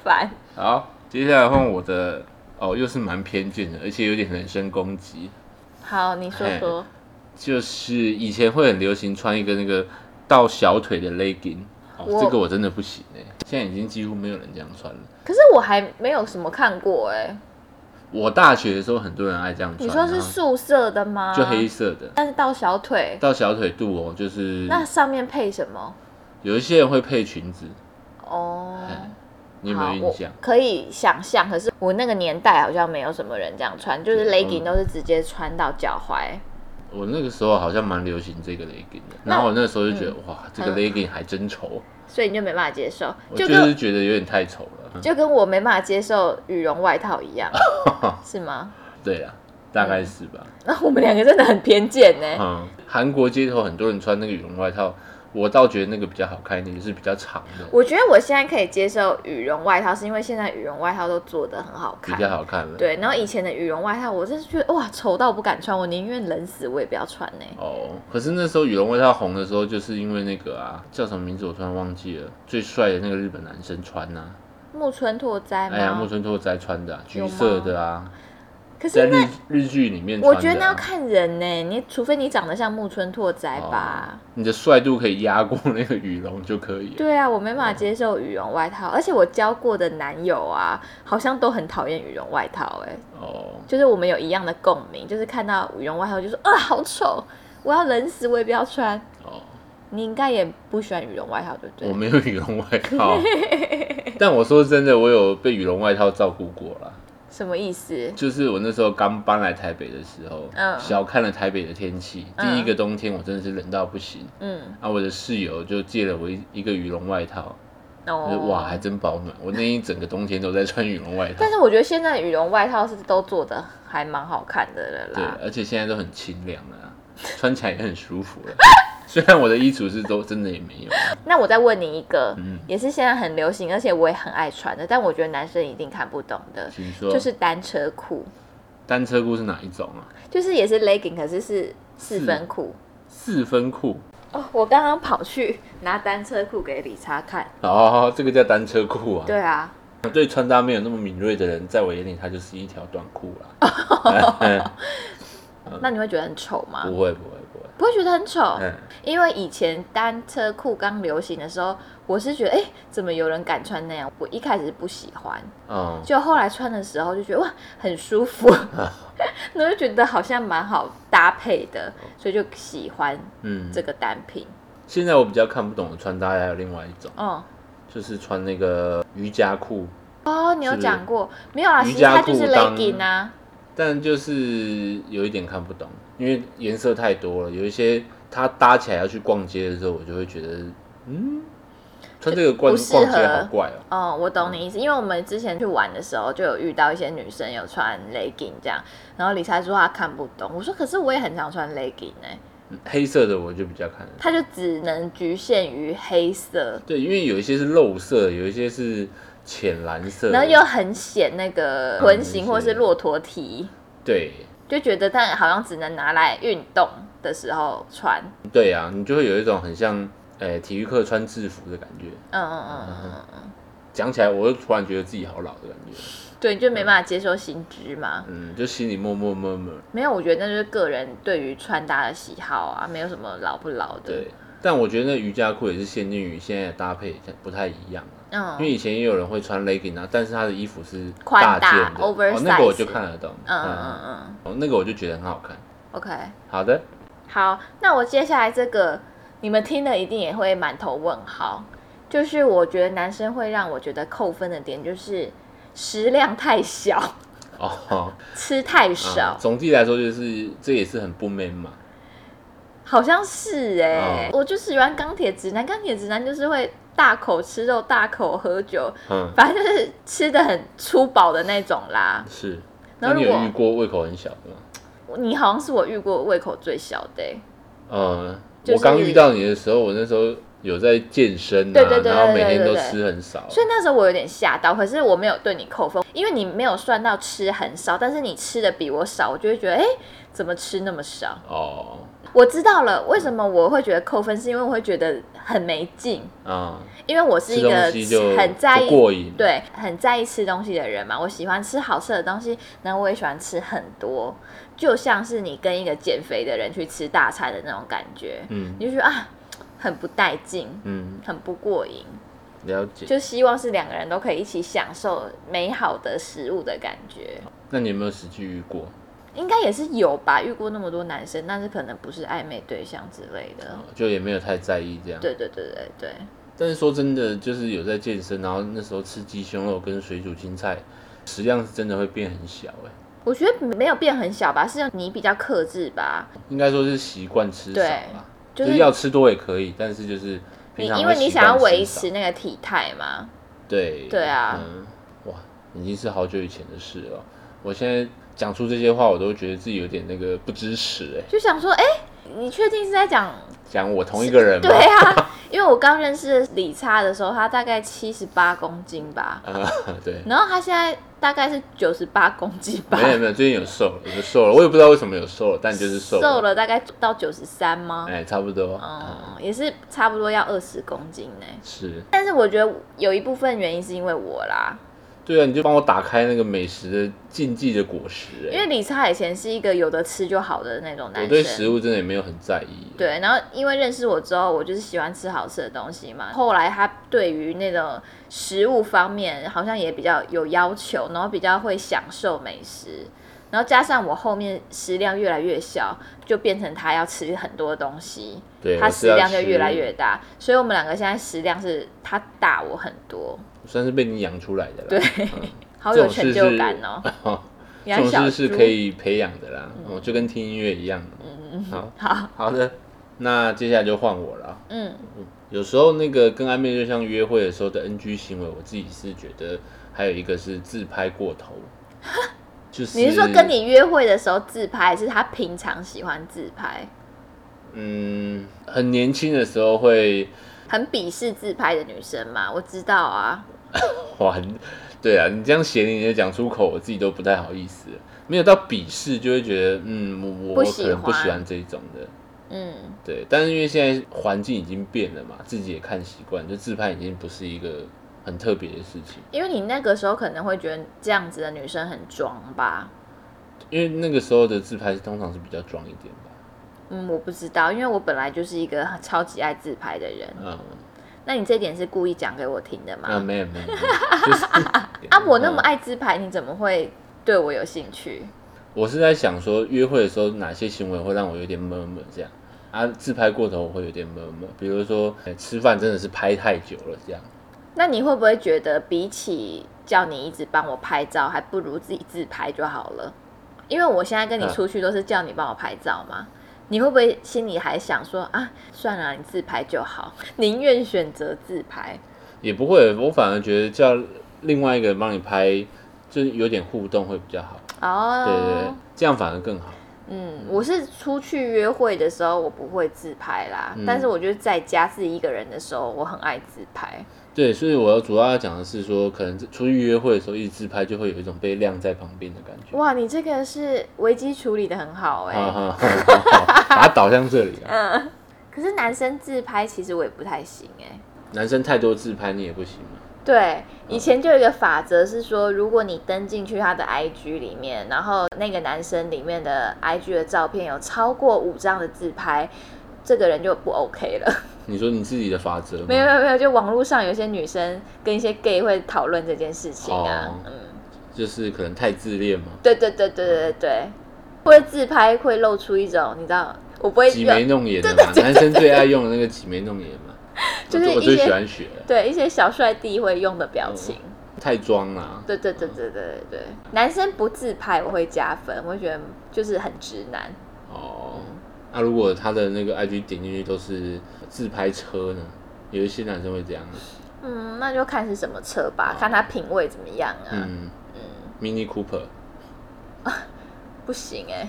Speaker 2: 烦。
Speaker 3: 好，接下来换我的哦，又是蛮偏见的，而且有点人身攻击。
Speaker 2: 好，你说说。
Speaker 3: 就是以前会很流行穿一个那个到小腿的 legging，、哦
Speaker 2: 我、
Speaker 3: 这个我真的不行哎、现在已经几乎没有人这样穿了。
Speaker 2: 可是我还没有什么看过哎、
Speaker 3: 我大学的时候很多人爱这样穿，
Speaker 2: 你说是
Speaker 3: 然后
Speaker 2: 素色的吗？
Speaker 3: 啊就黑，色的
Speaker 2: 但是到小腿，
Speaker 3: 到小腿肚哦，就是
Speaker 2: 那上面配什么？
Speaker 3: 有一些人会配裙子，
Speaker 2: 哦，
Speaker 3: 哎你有没有
Speaker 2: 好
Speaker 3: 印象？
Speaker 2: 我可以想象，可是我那个年代好像没有什么人这样穿，就是
Speaker 3: 对
Speaker 2: legging
Speaker 3: 嗯
Speaker 2: 都是直接穿到脚踝。
Speaker 3: 我那个时候好像蛮流行这个 legging 的，然后我那时候就觉得、哇，这个
Speaker 2: 嗯
Speaker 3: legging 还真丑，
Speaker 2: 所以你就没办法接受，
Speaker 3: 我
Speaker 2: 就
Speaker 3: 就
Speaker 2: 跟
Speaker 3: 是觉得有点太丑了。嗯
Speaker 2: 就跟我没办法接受羽绒外套一样， 是吗？
Speaker 3: 对啊，大概是吧。
Speaker 2: 那我们两个真的很偏见 呢、
Speaker 3: 嗯，韩、国街头很多人穿那个羽绒外套，我倒觉得那个比较好看一点，就是比较长的，
Speaker 2: 我觉得我现在可以接受羽绒外套，是因为现在羽绒外套都做的很好
Speaker 3: 比
Speaker 2: 看。
Speaker 3: 较好看了。，
Speaker 2: 对，然后以前的羽绒外套，我真是觉得哇，丑到不敢穿，我宁愿冷死我也不要穿呢、
Speaker 3: 哦，可是那时候羽绒外套红的时候，就是因为那个啊，叫什么名字我突然忘记了，最帅的那个日本男生穿呐、啊，
Speaker 2: 木村拓哉吗？
Speaker 3: 哎呀，木村拓哉穿的、啊，橘
Speaker 2: 有吗
Speaker 3: 色的啊，
Speaker 2: 可
Speaker 3: 在
Speaker 2: 是
Speaker 3: 日
Speaker 2: 那
Speaker 3: 日剧里面穿
Speaker 2: 我
Speaker 3: 的、啊。
Speaker 2: 觉得那要看人呢、你除非你长得像木村拓哉吧。
Speaker 3: 哦你的帅度可以压过那个羽绒就可以了。
Speaker 2: 对啊，我没办
Speaker 3: 哦
Speaker 2: 法接受羽绒外套，而且我交过的男友啊，好像都很讨厌羽绒外套、哎，
Speaker 3: 哦，
Speaker 2: 就是我们有一样的共鸣，就是看到羽绒外套就说啊好丑，我要冷死我也不要穿。
Speaker 3: 哦，
Speaker 2: 你应该也不喜欢羽绒外套，对不对？
Speaker 3: 我没有羽绒外 套，但我说真的，我有被羽绒外套照顾过啦。
Speaker 2: 什么意思？
Speaker 3: 就是我那时候刚搬来台北的时候，
Speaker 2: 嗯
Speaker 3: 小看了台北的天气。
Speaker 2: 嗯
Speaker 3: 第一个冬天我真的是冷到不行，
Speaker 2: 嗯，
Speaker 3: 啊，我的室友就借了我一一个羽绒外套，我
Speaker 2: 哦
Speaker 3: 就，哇，还真保暖。我那一整个冬天都在穿羽绒外套
Speaker 2: 但，是我觉得现在羽绒外套是都做的还蛮好看的了
Speaker 3: 对啊
Speaker 2: 啦，。
Speaker 3: 而且现在都很清凉了啊，穿起来也很舒服 了。虽然我的衣橱是都真的也没有啊，
Speaker 2: 那我再问你一个，
Speaker 3: 嗯
Speaker 2: 也是现在很流行，而且我也很爱穿的，但我觉得男生一定看不懂的，
Speaker 3: 请说，
Speaker 2: 就是单车裤，
Speaker 3: 单车裤是哪一种啊？
Speaker 2: 就是也是 legging，可是是四分裤。
Speaker 3: 四分裤
Speaker 2: 哦，我刚刚跑去拿单车裤给理查看。
Speaker 3: 哦，这个叫单车裤啊。
Speaker 2: 对啊，
Speaker 3: 对穿搭没有那么敏锐的人，在我眼里，它就是一条短裤 啦。啊
Speaker 2: 那你会觉得很丑吗？
Speaker 3: 不会不会不会，
Speaker 2: 不会觉得很丑，
Speaker 3: 嗯，
Speaker 2: 因为以前单车裤刚流行的时候，我是觉得，哎、怎么有人敢穿那样？我一开始是不喜欢，
Speaker 3: 哦，
Speaker 2: 就后来穿的时候就觉得哇，很舒 服，那就觉得好像蛮好搭配的，所以就喜欢
Speaker 3: 嗯，
Speaker 2: 这个单品。
Speaker 3: 现在我比较看不懂的穿搭还有另外一种，
Speaker 2: 哦、
Speaker 3: 就是穿那个瑜伽裤，
Speaker 2: 哦，你有
Speaker 3: 是不是
Speaker 2: 讲过没有啦？
Speaker 3: 瑜
Speaker 2: 其实它
Speaker 3: 伽
Speaker 2: 就是
Speaker 3: 裤当
Speaker 2: legging 啊，
Speaker 3: 但就是有一点看不懂，因为颜色太多了，有一些它搭起来要去逛街的时候，我就会觉得，嗯，穿这个逛
Speaker 2: 不适合
Speaker 3: 逛街好怪哦、
Speaker 2: 哦，我懂你意思，因为我们之前去玩的时候就有遇到一些女生有穿 legging 这样，然后李才说她看不懂，我说可是我也很常穿 legging 哎、
Speaker 3: 黑色的我就比较看得懂
Speaker 2: 它就只能局限于黑色，
Speaker 3: 对，因为有一些是肉色，有一些是浅蓝色的，
Speaker 2: 然后又很显那个臀型
Speaker 3: 嗯
Speaker 2: 或是骆驼蹄，
Speaker 3: 对
Speaker 2: 就觉得但好像只能拿来运动的时候穿。
Speaker 3: 对啊，你就会有一种很像诶、呃体育课穿制服的感觉。
Speaker 2: 嗯嗯嗯嗯嗯嗯，
Speaker 3: 讲起来，我又突然觉得自己好老的感觉，
Speaker 2: 对，你就没办法接受新知嘛。
Speaker 3: 嗯，就心里默默默默
Speaker 2: 没有，我觉得那就是个人对于穿搭的喜好啊，没有什么老不老的。
Speaker 3: 对。但我觉得那瑜伽裤也是限定于现在的搭配不太一样、啊，因
Speaker 2: 嗯
Speaker 3: 为以前也有人会穿 legging 啊，但是他的衣服是
Speaker 2: 宽大
Speaker 3: 件的，哦，那个
Speaker 2: oversize
Speaker 3: 我就看得懂，
Speaker 2: 嗯嗯
Speaker 3: 嗯，
Speaker 2: 嗯
Speaker 3: 哦，那个我就觉得很好看。
Speaker 2: 嗯，OK。
Speaker 3: 好的，
Speaker 2: 好，那我接下来这个，你们听了一定也会满头问号。就是我觉得男生会让我觉得扣分的点，就是食量太小，
Speaker 3: 哦，
Speaker 2: 吃太
Speaker 3: 嗯
Speaker 2: 少，
Speaker 3: 总体来说就是这也是很不 man 嘛，
Speaker 2: 好像是哎、
Speaker 3: 哦
Speaker 2: 我就喜欢钢铁直男，钢铁直男就是会大口吃肉，大口喝酒，
Speaker 3: 嗯，
Speaker 2: 反正就是吃的很粗饱的那种啦。
Speaker 3: 是。
Speaker 2: 那
Speaker 3: 那你
Speaker 2: 如果
Speaker 3: 有遇过胃口很小的吗？
Speaker 2: 你好像是我遇过胃口最小的、欸，
Speaker 3: 呃，
Speaker 2: 就是
Speaker 3: 我刚遇到你的时候，我那时候有在健身啊，
Speaker 2: 对对对对
Speaker 3: 然后每天都
Speaker 2: 对对对
Speaker 3: 吃很少，
Speaker 2: 所以那时候我有点吓到，可是我没有对你扣分，因为你没有算到吃很少，但是你吃的比我少，我就会觉得哎、诶怎么吃那么少？
Speaker 3: 哦，
Speaker 2: 我知道了，为什么我会觉得扣分，是因为我会觉得很没劲，
Speaker 3: 啊、
Speaker 2: 因为我是一
Speaker 3: 吃东
Speaker 2: 个
Speaker 3: 西就
Speaker 2: 很在
Speaker 3: 不
Speaker 2: 意。
Speaker 3: 过瘾，，
Speaker 2: 对，很在意吃东西的人嘛，我喜欢吃好吃的东西，然后我也喜欢吃很多，就像是你跟一个减肥的人去吃大餐的那种感觉，
Speaker 3: 嗯
Speaker 2: 你就觉得啊，很不带劲，
Speaker 3: 嗯，
Speaker 2: 很不过瘾，
Speaker 3: 了解。
Speaker 2: 就希望是两个人都可以一起享受美好的食物的感觉，
Speaker 3: 那你有没有实际遇过？
Speaker 2: 应该也是有吧，遇过那么多男
Speaker 3: 哦
Speaker 2: 生，但是可能不是暧昧对象之类的，
Speaker 3: 就也没有太在意这样。
Speaker 2: 对对对对对，
Speaker 3: 但是说真的，就是有在健身，然后那时候吃鸡胸肉跟水煮青菜，食量是真的会变很小哎、
Speaker 2: 我觉得没有变很小吧，是你比较克制吧，
Speaker 3: 应该说是习惯吃少啦，
Speaker 2: 就
Speaker 3: 就是
Speaker 2: 是
Speaker 3: 要吃多也可以，但是就是
Speaker 2: 你
Speaker 3: 平常
Speaker 2: 因为
Speaker 3: 会
Speaker 2: 你
Speaker 3: 习
Speaker 2: 想
Speaker 3: 惯
Speaker 2: 要
Speaker 3: 吃
Speaker 2: 维
Speaker 3: 少
Speaker 2: 持那个体态嘛。
Speaker 3: 对
Speaker 2: 对啊
Speaker 3: 嗯，哇，已经是好久以前的事了。我现在讲出这些话，我都觉得自己有点那个不知耻哎、
Speaker 2: 就想说，哎、你确定是在讲
Speaker 3: 讲我同一个人吗？
Speaker 2: 对 啊？因为我刚认识李差的时候，他大概七十八公斤吧，
Speaker 3: 呃，对，
Speaker 2: 然后他现在大概是九十八公斤吧，
Speaker 3: 没有没有，最近有瘦了，有瘦了，我也不知道为什么有瘦了，但就是瘦了，
Speaker 2: 瘦了大概到九十三吗？
Speaker 3: 哎、差不多，
Speaker 2: 嗯，也是差不多要二十公斤呢、
Speaker 3: 是，
Speaker 2: 但是我觉得有一部分原因是因为我啦，
Speaker 3: 对啊，你就帮我打开那个美食的禁忌的果实
Speaker 2: 因
Speaker 3: 哎、
Speaker 2: 为李差以前是一个有的吃就好的那种男生，
Speaker 3: 我对食物真的也没有很在意，，
Speaker 2: 对，然后因为认识我之后，我就是喜欢吃好吃的东西嘛。后来他对于那种食物方面好像也比较有要求，然后比较会享受美食。然后加上我后面食量越来越小，就变成他要吃很多东西，
Speaker 3: 对
Speaker 2: 他
Speaker 3: 我是
Speaker 2: 食
Speaker 3: 要
Speaker 2: 量就越来
Speaker 3: 吃
Speaker 2: 越大。所以我们两个现在食量是他大我很多，
Speaker 3: 算是被你养出来的啦，
Speaker 2: 对， 好有成就感哦。
Speaker 3: 哦。
Speaker 2: 原来
Speaker 3: 这
Speaker 2: 小
Speaker 3: 种
Speaker 2: 猪嗯
Speaker 3: 事是可以培养的啦，我、就跟听音乐一样。嗯好，
Speaker 2: 好，
Speaker 3: 好的，那接下来就换我了。
Speaker 2: 嗯，
Speaker 3: 有时候那个跟暧昧对象约会的时候的 NG 行为，我自己是觉得还有一个是自拍过头，就是
Speaker 2: 你是说跟你约会的时候自拍，还是他平常喜欢自拍？
Speaker 3: 嗯很年轻的时候会
Speaker 2: 很鄙视自拍的女生嘛，我知道啊，
Speaker 3: 哇，你对啊，你这样写你也讲出口，我自己都不太好意思了。没有到鄙视，就会觉得嗯，我我
Speaker 2: 不
Speaker 3: 我
Speaker 2: 喜
Speaker 3: 可能不
Speaker 2: 欢
Speaker 3: 喜欢这一种的。
Speaker 2: 嗯，
Speaker 3: 对，但是因为现在环境已经变了嘛，自己也看习惯，就自拍已经不是一个很特别的事情。
Speaker 2: 因为你那个时候可能会觉得这样子的女生很装吧，
Speaker 3: 因为那个时候的自拍通常是比较装一点吧，
Speaker 2: 嗯，我不知道，因为我本来就是一个超级爱自拍的人，
Speaker 3: 嗯，
Speaker 2: 那你这点是故意讲给我听的吗？
Speaker 3: 啊，没有没有，没有就是
Speaker 2: 啊，我那么
Speaker 3: 嗯
Speaker 2: 爱自拍，你怎么会对我有兴趣？
Speaker 3: 我是在想说，约会的时候哪些行为会让我有点闷闷这样啊？自拍过头我会有点闷闷，比如说、哎吃饭真的是拍太久了这样，
Speaker 2: 那你会不会觉得比起叫你一直帮我拍照，还不如自己自拍就好了？因为我现在跟你
Speaker 3: 嗯
Speaker 2: 出去都是叫你帮我拍照嘛，你会不会心里还想说啊，算了，你自拍就好， 宁愿选择自拍？
Speaker 3: 也不会，我反而觉得叫另外一个人帮你拍，就是有点互动会比较好，
Speaker 2: 哦，
Speaker 3: 对对对，这样反而更好。
Speaker 2: 嗯，我是出去约会的时候我不会自拍啦，
Speaker 3: 嗯
Speaker 2: 但是我觉得在家自己一个人的时候，我很爱自拍。
Speaker 3: 对，所以我要主要要讲的是说，可能出去约会的时候一直自拍，就会有一种被晾在旁边的感觉。
Speaker 2: 哇，你这个是危机处理的很好哎、
Speaker 3: 哈哈哈哈哈，把它导向这里啊！
Speaker 2: 可是男生自拍其实我也不太行哎、
Speaker 3: 男生太多自拍你也不行嘛。
Speaker 2: 对，以前就有一个法则是说，如果你登进去他的 IG 里面，然后那个男生里面的 IG 的照片有超过五张的自拍，这个人就不 OK 了。
Speaker 3: 你说你自己的法则吗
Speaker 2: 没有没有没有，就网络上有些女生跟一些 gay 会讨论这件事情啊，
Speaker 3: 哦
Speaker 2: 嗯，
Speaker 3: 就是可能太自恋嘛，
Speaker 2: 对对对对对对对，或者自拍会露出一种你知道，我不会
Speaker 3: 挤眉弄眼的嘛，男生最爱用的那个挤眉弄眼嘛，
Speaker 2: 就是
Speaker 3: 我我
Speaker 2: 一
Speaker 3: 最
Speaker 2: 些
Speaker 3: 喜欢学了，
Speaker 2: 对一些小帅弟会用的表情。
Speaker 3: 太装啦。
Speaker 2: 对对对对对对对，男生不自拍我会加分，我会觉得就是很直男。
Speaker 3: 哦，那、如果他的那个 IG 点进去都是自拍车呢？有一些男生会这样啊，
Speaker 2: 嗯，那就看是什么车吧，看他品味怎么样啊。
Speaker 3: 哦嗯，Mini Cooper
Speaker 2: 不行 哎、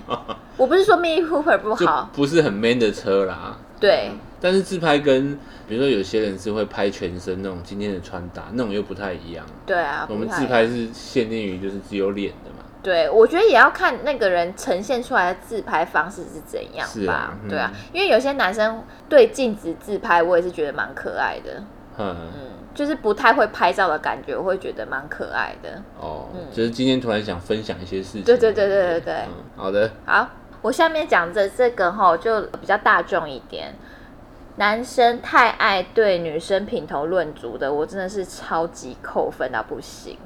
Speaker 2: 我不是说 Mini Cooper 不
Speaker 3: 就
Speaker 2: 好，
Speaker 3: 不是很 man 的车啦。
Speaker 2: 对，
Speaker 3: 但是自拍跟比如说有些人是会拍全身那种今天的穿搭，那种又不太一样。
Speaker 2: 对啊，
Speaker 3: 我们
Speaker 2: 不太
Speaker 3: 自拍是限定于就是只有脸的嘛，
Speaker 2: 对，我觉得也要看那个人呈现出来的自拍方式是怎样
Speaker 3: 是
Speaker 2: 吧，
Speaker 3: 啊嗯
Speaker 2: 对啊，因为有些男生对镜子自拍，我也是觉得蛮可爱的，
Speaker 3: 嗯，
Speaker 2: 嗯，就是不太会拍照的感觉，我会觉得蛮可爱的。
Speaker 3: 哦，
Speaker 2: 嗯
Speaker 3: 就是今天突然想分享一些事情。
Speaker 2: 对对对对对对
Speaker 3: 嗯好的，
Speaker 2: 好，我下面讲的这个吼就比较大众一点。男生太爱对女生品头论足的，我真的是超级扣分到不行。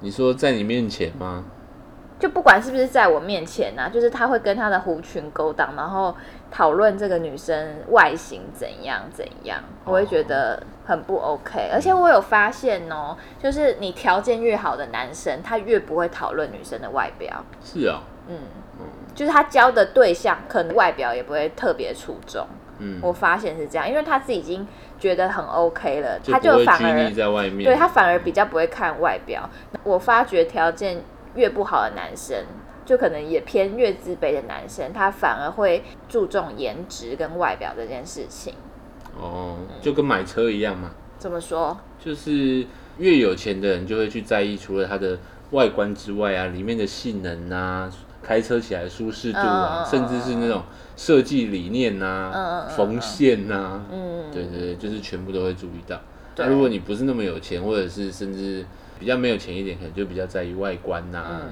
Speaker 3: 你说在你面前吗？
Speaker 2: 就不管是不是在我面前呐、啊，就是他会跟他的狐群勾当，然后讨论这个女生外形怎样怎样，我会觉得很不 OK。而且我有发现哦，就是你条件越好的男生，他越不会讨论女生的外表，
Speaker 3: 是啊，
Speaker 2: 嗯，就是他交的对象可能外表也不会特别出众。
Speaker 3: 嗯，
Speaker 2: 我发现是这样，因为他自己已经觉得很 OK 了，
Speaker 3: 就
Speaker 2: 他
Speaker 3: 不
Speaker 2: 就
Speaker 3: 会
Speaker 2: 反
Speaker 3: 拘
Speaker 2: 而
Speaker 3: 泥在外面，
Speaker 2: 对他反而比较不会看外表。我发觉条件越不好的男生，就可能也偏越自卑的男生，他反而会注重颜值跟外表这件事情。
Speaker 3: 哦，就跟买车一样嘛，
Speaker 2: 怎么说？
Speaker 3: 就是越有钱的人就会去在意除了它的外观之外啊，里面的性能啊，开车起来的舒适度
Speaker 2: 嗯
Speaker 3: 啊，
Speaker 2: 嗯嗯
Speaker 3: 甚至是那种设计理念呐、
Speaker 2: 嗯嗯嗯嗯
Speaker 3: 缝线呐、啊，
Speaker 2: 嗯，
Speaker 3: 对对对，就是全部都会注意到。
Speaker 2: 对
Speaker 3: 那如果你不是那么有钱，或者是甚至比较没有钱一点，可能就比较在意外观呐、
Speaker 2: 嗯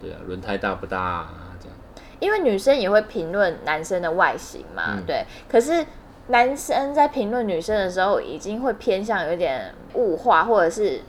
Speaker 3: 对啊，轮胎大不大啊，这样。
Speaker 2: 因为女生也会评论男生的外形嘛，
Speaker 3: 嗯
Speaker 2: 对。可是男生在评论女生的时候，已经会偏向有点物化，或者是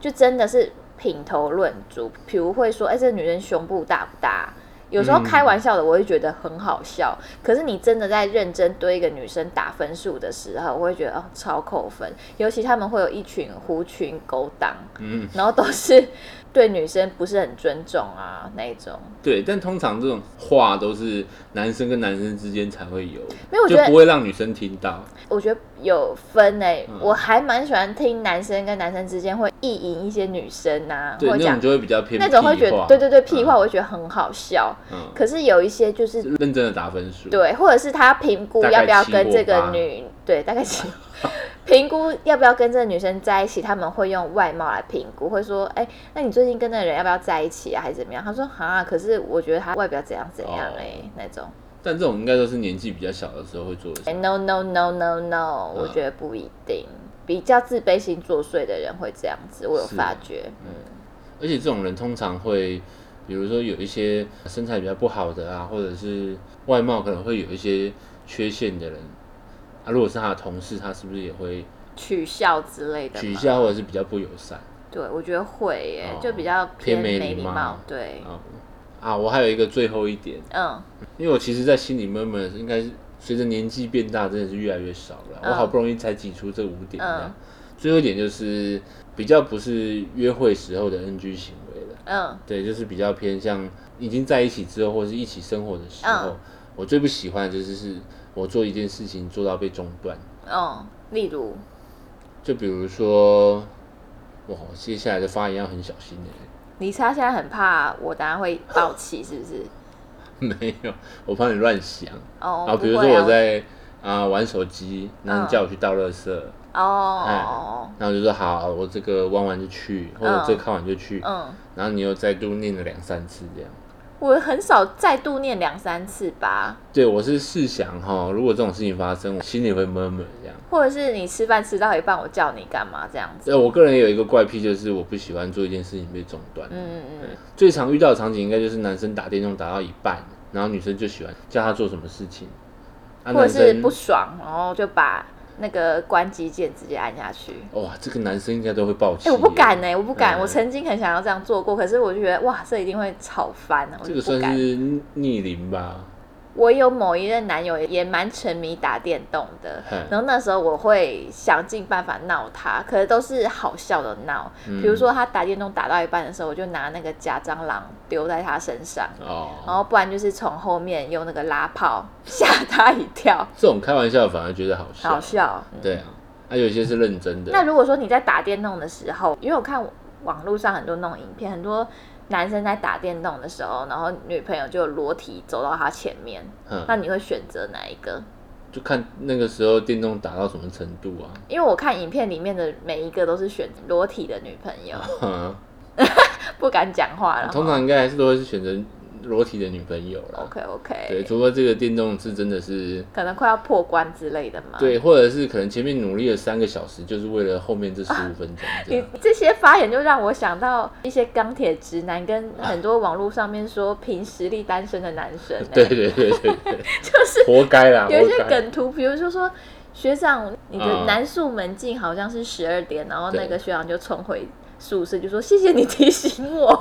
Speaker 2: 就真的是品头论足，比如会说，哎、这个女生胸部大不大？有时候
Speaker 3: 嗯
Speaker 2: 开玩笑的，我会觉得很好笑。可是你真的在认真对一个女生打分数的时候，我会觉得哦，超扣分。尤其他们会有一群狐群勾当，
Speaker 3: 嗯，
Speaker 2: 然后都是对女生不是很尊重啊那一种。
Speaker 3: 对，但通常这种话都是男生跟男生之间才会有，
Speaker 2: 没有我觉
Speaker 3: 就
Speaker 2: 得
Speaker 3: 不会让女生听到。
Speaker 2: 我觉得有分诶、
Speaker 3: 嗯
Speaker 2: 我还蛮喜欢听男生跟男生之间会意淫一些女生呐、啊，
Speaker 3: 对，
Speaker 2: 或
Speaker 3: 那
Speaker 2: 讲
Speaker 3: 种就会比较偏
Speaker 2: 那种会觉
Speaker 3: 屁
Speaker 2: 得
Speaker 3: 话
Speaker 2: 对对对屁话，
Speaker 3: 嗯
Speaker 2: 我会觉得很好笑。
Speaker 3: 嗯，
Speaker 2: 可是有一些就是
Speaker 3: 认真的打分数。，
Speaker 2: 对，或者是他评估
Speaker 3: 大概
Speaker 2: 要不要
Speaker 3: 七
Speaker 2: 跟
Speaker 3: 或
Speaker 2: 这个
Speaker 3: 八
Speaker 2: 女对，大概是 评估要不要跟这个女生在一起，他们会用外貌来评估，会说，哎、那你最近跟那个人要不要在一起啊，还是怎么样？他说，啊，可是我觉得他外表怎样怎样
Speaker 3: 哦
Speaker 2: 哎、那种。
Speaker 3: 但这种应该都是年纪比较小的时候会做的事。
Speaker 2: No no no no no，、我
Speaker 3: 嗯
Speaker 2: 觉得不一定。比较自卑心作祟的人会这样子，我有
Speaker 3: 是
Speaker 2: 发觉。
Speaker 3: 而且这种人通常会，比如说有一些身材比较不好的啊，或者是外貌可能会有一些缺陷的人，啊，如果是他的同事，他是不是也会
Speaker 2: 取笑之类的，
Speaker 3: 取。笑或者是比较不友善？
Speaker 2: 对，我觉得会耶，
Speaker 3: 哦
Speaker 2: 就比较
Speaker 3: 偏
Speaker 2: 没
Speaker 3: 没礼
Speaker 2: 礼
Speaker 3: 貌
Speaker 2: 貌。对，
Speaker 3: 啊啊，我还有一个最后一点，
Speaker 2: 嗯，
Speaker 3: 因为我其实，在心里闷闷，应该是随着年纪变大，真的是越来越少了。
Speaker 2: 嗯
Speaker 3: 我好不容易才挤出这五点，这样
Speaker 2: 嗯
Speaker 3: 最后一点就是比较不是约会时候的 NG 行为了。
Speaker 2: 嗯
Speaker 3: 对，就是比较偏向已经在一起之后，或是一起生活的时候，
Speaker 2: 嗯
Speaker 3: 我最不喜欢的就是是我做一件事情做到被中断。
Speaker 2: 嗯，例如，
Speaker 3: 就比如说，哇，我接下来的发言要很小心哎、
Speaker 2: 李莎现在很怕我等下会爆气，是不是？
Speaker 3: 没有，我怕你乱想。
Speaker 2: 哦，
Speaker 3: 啊，
Speaker 2: 不
Speaker 3: 比如说
Speaker 2: 会啊
Speaker 3: 我在啊、玩手机，然
Speaker 2: 嗯
Speaker 3: 后你叫我去倒垃圾，哎
Speaker 2: 哦，
Speaker 3: 然后我就说好，我这个玩完就去，或者
Speaker 2: 嗯
Speaker 3: 这个看完就去，
Speaker 2: 嗯，
Speaker 3: 然后你又再度念了两三次这样。
Speaker 2: 我很少再度念两三次吧，
Speaker 3: 对，我是试想哈，如果这种事情发生，我心里会闷闷这样。
Speaker 2: 或者是你吃饭吃到一半，我叫你干嘛这样子？
Speaker 3: 呃，我个人有一个怪癖，就是我不喜欢做一件事情被中断。
Speaker 2: 嗯嗯嗯，
Speaker 3: 最常遇到的场景应该就是男生打电动打到一半，然后女生就喜欢叫他做什么事情，啊，
Speaker 2: 或者
Speaker 3: 男
Speaker 2: 是
Speaker 3: 生
Speaker 2: 不爽，然后就把那个关机键直接按下去。
Speaker 3: 哇，这个男生应该都会爆气
Speaker 2: 哎、
Speaker 3: 耶。
Speaker 2: 我不敢呢、我不敢。
Speaker 3: 啊嗯
Speaker 2: 我曾经很想要这样做过，可是我就觉得哇，这一定会吵翻啊了，我就
Speaker 3: 这个
Speaker 2: 不
Speaker 3: 算
Speaker 2: 敢。
Speaker 3: 是逆逆鳞吧？
Speaker 2: 我有某一任男友也蛮沉迷打电动的
Speaker 3: 嗯，
Speaker 2: 然后那时候我会想尽办法闹他，可是都是好笑的闹。
Speaker 3: 嗯
Speaker 2: 嗯比如说他打电动打到一半的时候，我就拿那个假蟑螂丢在他身上，然
Speaker 3: 哦，
Speaker 2: 后不然就是从后面用那个拉炮吓他一跳，
Speaker 3: 这种开玩笑反而觉得好笑。
Speaker 2: 好笑。
Speaker 3: 对啊，啊，有些是认真的。
Speaker 2: 那如果说你在打电动的时候，因为我看网络上很多那种影片，很多男生在打电动的时候，然后女朋友就裸体走到他前面，那
Speaker 3: 嗯，
Speaker 2: 你会选择哪一个？
Speaker 3: 就看那个时候电动打到什么程度啊。
Speaker 2: 因为我看影片里面的每一个都是选裸体的女朋友，
Speaker 3: 嗯，
Speaker 2: 不敢讲话了。
Speaker 3: 通常应该还是都会是选择裸体的女朋友啦。
Speaker 2: OK
Speaker 3: 对，
Speaker 2: OK，
Speaker 3: 除非这个电动是真的是
Speaker 2: 可能快要破关之类的嘛。
Speaker 3: 对，或者是可能前面努力了三个小时，就是为了后面这十
Speaker 2: 啊
Speaker 3: 五分钟这
Speaker 2: 你
Speaker 3: 样。
Speaker 2: 这些发言就让我想到一些钢铁直男跟很多网络上面说凭实力单身的男生、欸，
Speaker 3: 对对对对对，
Speaker 2: 就是
Speaker 3: 活该啦，
Speaker 2: 有一些
Speaker 3: 活该。
Speaker 2: 梗图，比如说说学长，你的
Speaker 3: 嗯
Speaker 2: 男宿门禁好像是十二点，然后那
Speaker 3: 对
Speaker 2: 个学长就冲回宿舍就说谢谢你提醒我，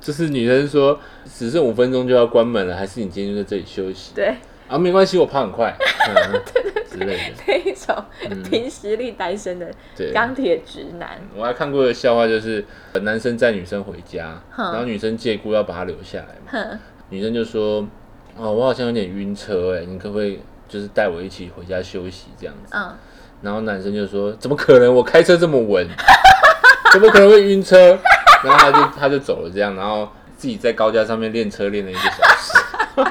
Speaker 3: 这就是女生说只剩五分钟就要关门了，还是你今天就在这里休息？
Speaker 2: 对，
Speaker 3: 啊，没关系，我跑很快， 嗯、之类的。
Speaker 2: 那一种凭实力单身的
Speaker 3: 嗯对，
Speaker 2: 钢铁直男，
Speaker 3: 我还看过的笑话就是，呃男生载女生回家，
Speaker 2: 哼
Speaker 3: 然后女生借故要把他留下来嘛，
Speaker 2: 哼，
Speaker 3: 女生就说：“哦，我好像有点晕车，哎，你可不可以就是带我一起回家休息这样子
Speaker 2: 嗯，？”
Speaker 3: 然后男生就说：“怎么可能？我开车这么稳， 怎么可能会晕车？”然后他就他就走了这样，然后自己在高架上面练车练了一个小时。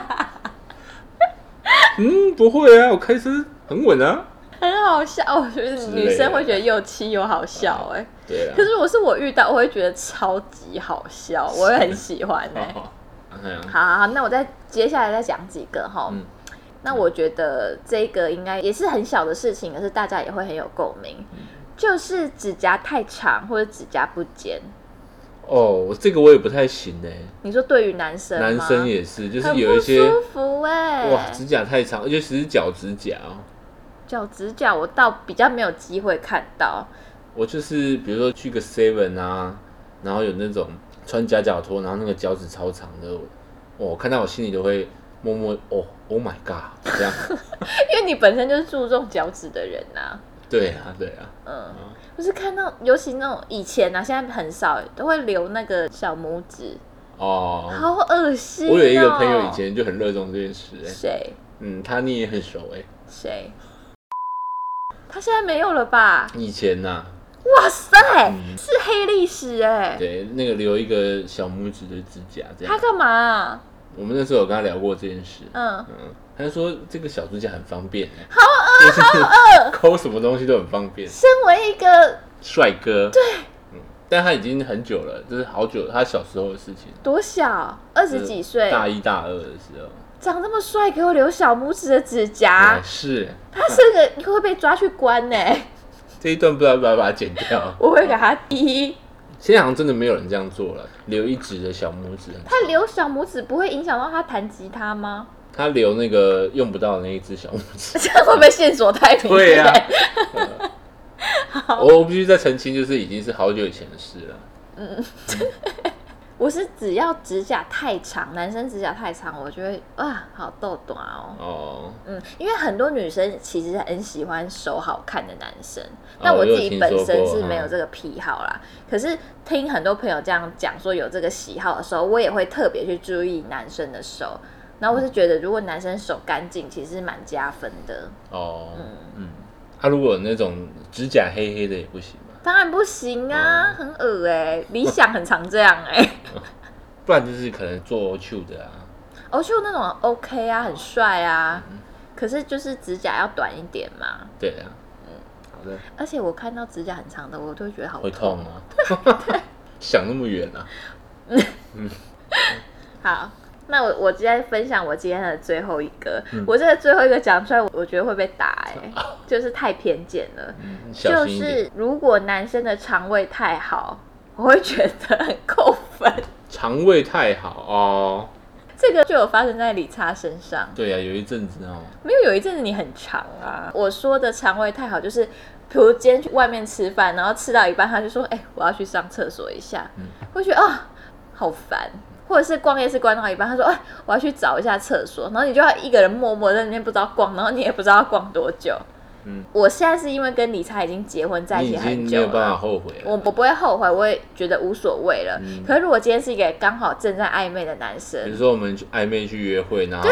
Speaker 3: 嗯，不会啊，我开车很稳啊。
Speaker 2: 很好笑。我觉得
Speaker 3: 之类
Speaker 2: 女
Speaker 3: 的
Speaker 2: 生会觉得又气又好笑、哎、
Speaker 3: 对啊
Speaker 2: 可， 是我是我遇到，我会觉得超级好笑，我会很喜欢、哎、
Speaker 3: 哦哎呀，
Speaker 2: 好好好，那我再接下来再讲几个哈。
Speaker 3: 嗯
Speaker 2: 那我觉得这个应该也是很小的事情，可是大家也会很有共鸣，
Speaker 3: 嗯
Speaker 2: 就是指甲太长或者指甲不尖。
Speaker 3: 哦，我这个我也不太行哎、
Speaker 2: 你说对于男生吗，
Speaker 3: 男生也是，就是
Speaker 2: 很
Speaker 3: 有一
Speaker 2: 不
Speaker 3: 些
Speaker 2: 舒服哎、
Speaker 3: 哇，指甲太长，尤其是脚指甲哦。
Speaker 2: 脚指甲我倒比较没有机会看到，
Speaker 3: 我就是比如说去个 Seven 啊，然后有那种穿夹脚拖，然后那个脚趾超长的，我我看到我心里都会默默哦，Oh my god，这样。
Speaker 2: 因为你本身就是注重脚趾的人呐、
Speaker 3: 对啊，对啊，
Speaker 2: 嗯，不是看到，尤其那种以前啊，现在很少都会留那个小拇指，
Speaker 3: 哦，
Speaker 2: 好恶心、哦。
Speaker 3: 我有一个朋友以前就很热衷这件事、哎，
Speaker 2: 谁？
Speaker 3: 嗯，他你也很熟哎、
Speaker 2: 谁？他现在没有了吧？
Speaker 3: 以前呐、
Speaker 2: 哇塞，
Speaker 3: 嗯
Speaker 2: 是黑历史哎、
Speaker 3: 对，那个留一个小拇指的指甲这
Speaker 2: 他
Speaker 3: 样。
Speaker 2: 干嘛啊、
Speaker 3: 我们那时候有跟他聊过这件事，
Speaker 2: 嗯，
Speaker 3: 嗯，他就说这个小指甲很方便、欸，好饿，好饿， 抠什么东西都很方便。
Speaker 2: 身为一个
Speaker 3: 帅哥，对，嗯，但他已经很久了，这是好久，他小时候的事情，
Speaker 2: 多小，二十几岁，
Speaker 3: 呃大一大二的时候，
Speaker 2: 长这么帅，给我留小拇指的指
Speaker 3: 啊
Speaker 2: 甲，，
Speaker 3: 是
Speaker 2: 他这个会被抓去 关呢、
Speaker 3: 这一段不知道要不要把它剪掉。
Speaker 2: 我会给他滴。
Speaker 3: 现在好像真的没有人这样做了，留一指的小拇指，
Speaker 2: 他留小拇指不会影响到他弹吉他吗？
Speaker 3: 他留那个用不到的那一只小拇 指。
Speaker 2: 这样会不会线索太明显？
Speaker 3: 对呀、 嗯我必须再澄清，就是已经是好久以前的事了。
Speaker 2: 我是只要指甲太长，男生指甲太长，我就会啊，好豆短哦。
Speaker 3: 哦，
Speaker 2: 嗯，因为很多女生其实很喜欢手好看的男生，
Speaker 3: 哦
Speaker 2: 但我自
Speaker 3: 我有
Speaker 2: 己
Speaker 3: 听
Speaker 2: 本
Speaker 3: 说
Speaker 2: 身
Speaker 3: 过
Speaker 2: 是没有
Speaker 3: 嗯
Speaker 2: 这个癖好啦。可是听很多朋友这样讲说有这个喜好的时候，我也会特别去注意男生的手。然后
Speaker 3: 嗯
Speaker 2: 我是觉得，如果男生手干净，其实蛮加分的。
Speaker 3: 哦，嗯，他、如果有那种指甲黑黑的也不行嘛，
Speaker 2: 当然不行
Speaker 3: 嗯
Speaker 2: 啊，很恶哎、理想很常这样哎、欸。
Speaker 3: 不然就是可能做 Q 的啊，
Speaker 2: 欧秀哦那种 OK 啊，很帅啊，
Speaker 3: 嗯
Speaker 2: 可是就是指甲要短一点嘛。
Speaker 3: 对啊，嗯，好的，
Speaker 2: 而且我看到指甲很长的，我都会觉得好
Speaker 3: 会痛啊， 想那么远啊，
Speaker 2: 好，那我我今天分享我今天的最后一个，
Speaker 3: 嗯
Speaker 2: 我这个最后一个讲出来，我我觉得会被打哎、就是太偏见了。
Speaker 3: 嗯小
Speaker 2: 就
Speaker 3: 心一点，
Speaker 2: 是如果男生的肠胃太好，我会觉得很扣分。
Speaker 3: 肠胃太好哦，
Speaker 2: 这个就有发生在理查身上，
Speaker 3: 对啊，有一阵子哦，
Speaker 2: 没有有一阵子你很长啊。我说的肠胃太好，就是比如今天去外面吃饭，然后吃到一半，他就说：“哎、我要去上厕所一下。
Speaker 3: 嗯
Speaker 2: 会觉得啊、好烦。或者是逛夜市逛到一半，他说：“哎、我要去找一下厕所。”然后你就要一个人默默在那边不知道逛，然后你也不知道要逛多久。
Speaker 3: 嗯，
Speaker 2: 我现在是因为跟理查已经结婚在一
Speaker 3: 你
Speaker 2: 起
Speaker 3: 已
Speaker 2: 很
Speaker 3: 经没
Speaker 2: 久
Speaker 3: 有办法
Speaker 2: 了。
Speaker 3: 后悔了，
Speaker 2: 我我不会后悔，我也觉得无所谓了。
Speaker 3: 嗯
Speaker 2: 可是如果今天是一个刚好正在暧昧的男生，
Speaker 3: 比如说我们去暧昧去约会，然后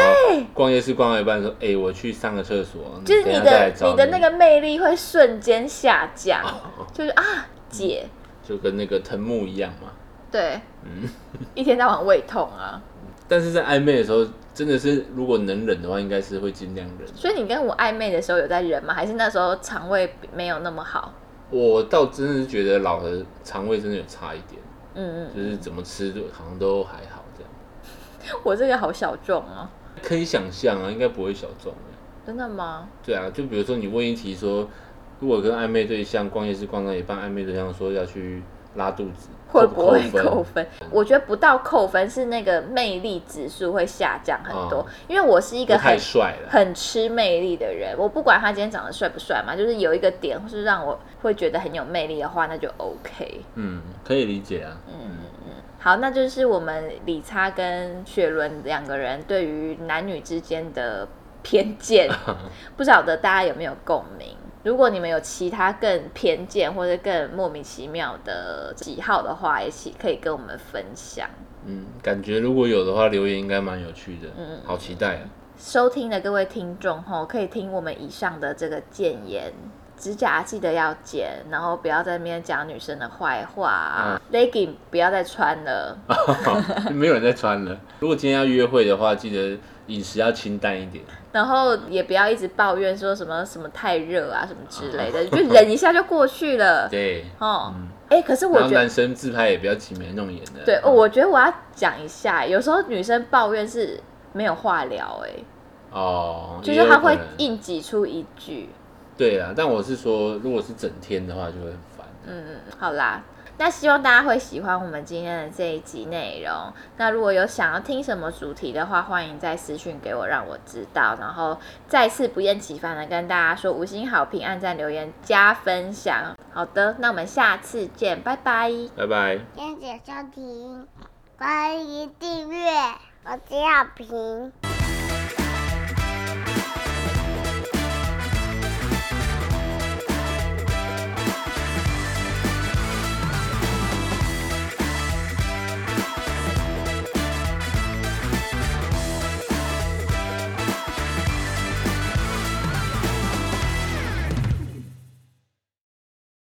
Speaker 3: 逛夜市逛到一半说，哎、我去上个厕所，
Speaker 2: 就是
Speaker 3: 等一
Speaker 2: 你
Speaker 3: 下再来
Speaker 2: 的
Speaker 3: 找
Speaker 2: 你的那个魅力会瞬间下降，就是啊姐，
Speaker 3: 哦就跟那个藤木一样嘛，
Speaker 2: 对，
Speaker 3: 嗯。
Speaker 2: 一天到晚胃痛啊，
Speaker 3: 但是在暧昧的时候，真的是如果能忍的话，应该是会尽量忍。
Speaker 2: 所以你跟我暧昧的时候有在忍吗？还是那时候肠胃没有那么好？
Speaker 3: 我倒真的是觉得老的肠胃真的有差一点，
Speaker 2: 嗯
Speaker 3: 就是怎么吃都好像都还好这样，
Speaker 2: 嗯，我这个好小众哦，
Speaker 3: 可以想象啊，应该不会小众的。
Speaker 2: 真的吗？
Speaker 3: 对啊，就比如说你问一题说，如果跟暧昧对象逛夜市逛到一半，暧昧对象说要去拉肚子，
Speaker 2: 会
Speaker 3: 不
Speaker 2: 不会
Speaker 3: 分？
Speaker 2: 扣分？我觉得不到扣分是那个魅力指数会下降很多，
Speaker 3: 哦
Speaker 2: 因为我是一
Speaker 3: 不
Speaker 2: 个
Speaker 3: 太
Speaker 2: 很
Speaker 3: 帅了。
Speaker 2: 很吃魅力的人，我不管他今天长得帅不帅嘛，就是有一个点是让我会觉得很有魅力的话，那就 OK。
Speaker 3: 嗯，可以理解啊。
Speaker 2: 嗯，嗯嗯，好，那就是我们李差跟雪伦两个人对于男女之间的偏见，不晓得大家有没有共鸣？如果你们有其他更偏见或者更莫名其妙的喜好的话，也起可以跟我们分享。
Speaker 3: 嗯，感觉如果有的话，留言应该蛮有趣的，
Speaker 2: 嗯
Speaker 3: 好期待啊！
Speaker 2: 收听的各位听众吼，可以听我们以上的这个谏言。指甲记得要剪，然后不要在那边讲女生的坏话、啊 legging 不要再穿了。
Speaker 3: 没有人在穿了。如果今天要约会的话，记得饮食要清淡一点。
Speaker 2: 然后也不要一直抱怨说什么什么太热啊什么之类的，就忍一下就过去 了。
Speaker 3: 对，
Speaker 2: 哦，
Speaker 3: 嗯，
Speaker 2: 哎、可是我
Speaker 3: 然后
Speaker 2: 觉得
Speaker 3: 男，生自拍也不要挤眉弄眼的。
Speaker 2: 对，哦，我觉得我要讲一下，有时候女生抱怨是没有话聊、哎，
Speaker 3: 哦，
Speaker 2: 就
Speaker 3: 也
Speaker 2: 是
Speaker 3: 有
Speaker 2: 她
Speaker 3: 可
Speaker 2: 会
Speaker 3: 能
Speaker 2: 硬挤出一句，
Speaker 3: 对啦，但我是说，如果是整天的话，就会很烦。
Speaker 2: 嗯，好啦。那希望大家会喜欢我们今天的这一集内容。那如果有想要听什么主题的话，欢迎再私讯给我，让我知道。然后再次不厌其烦的跟大家说五星好评、按赞、留言、加分享。好的，那我们下次见，拜拜。
Speaker 3: 拜拜。
Speaker 4: 谢谢收听，欢迎订阅，我是小平。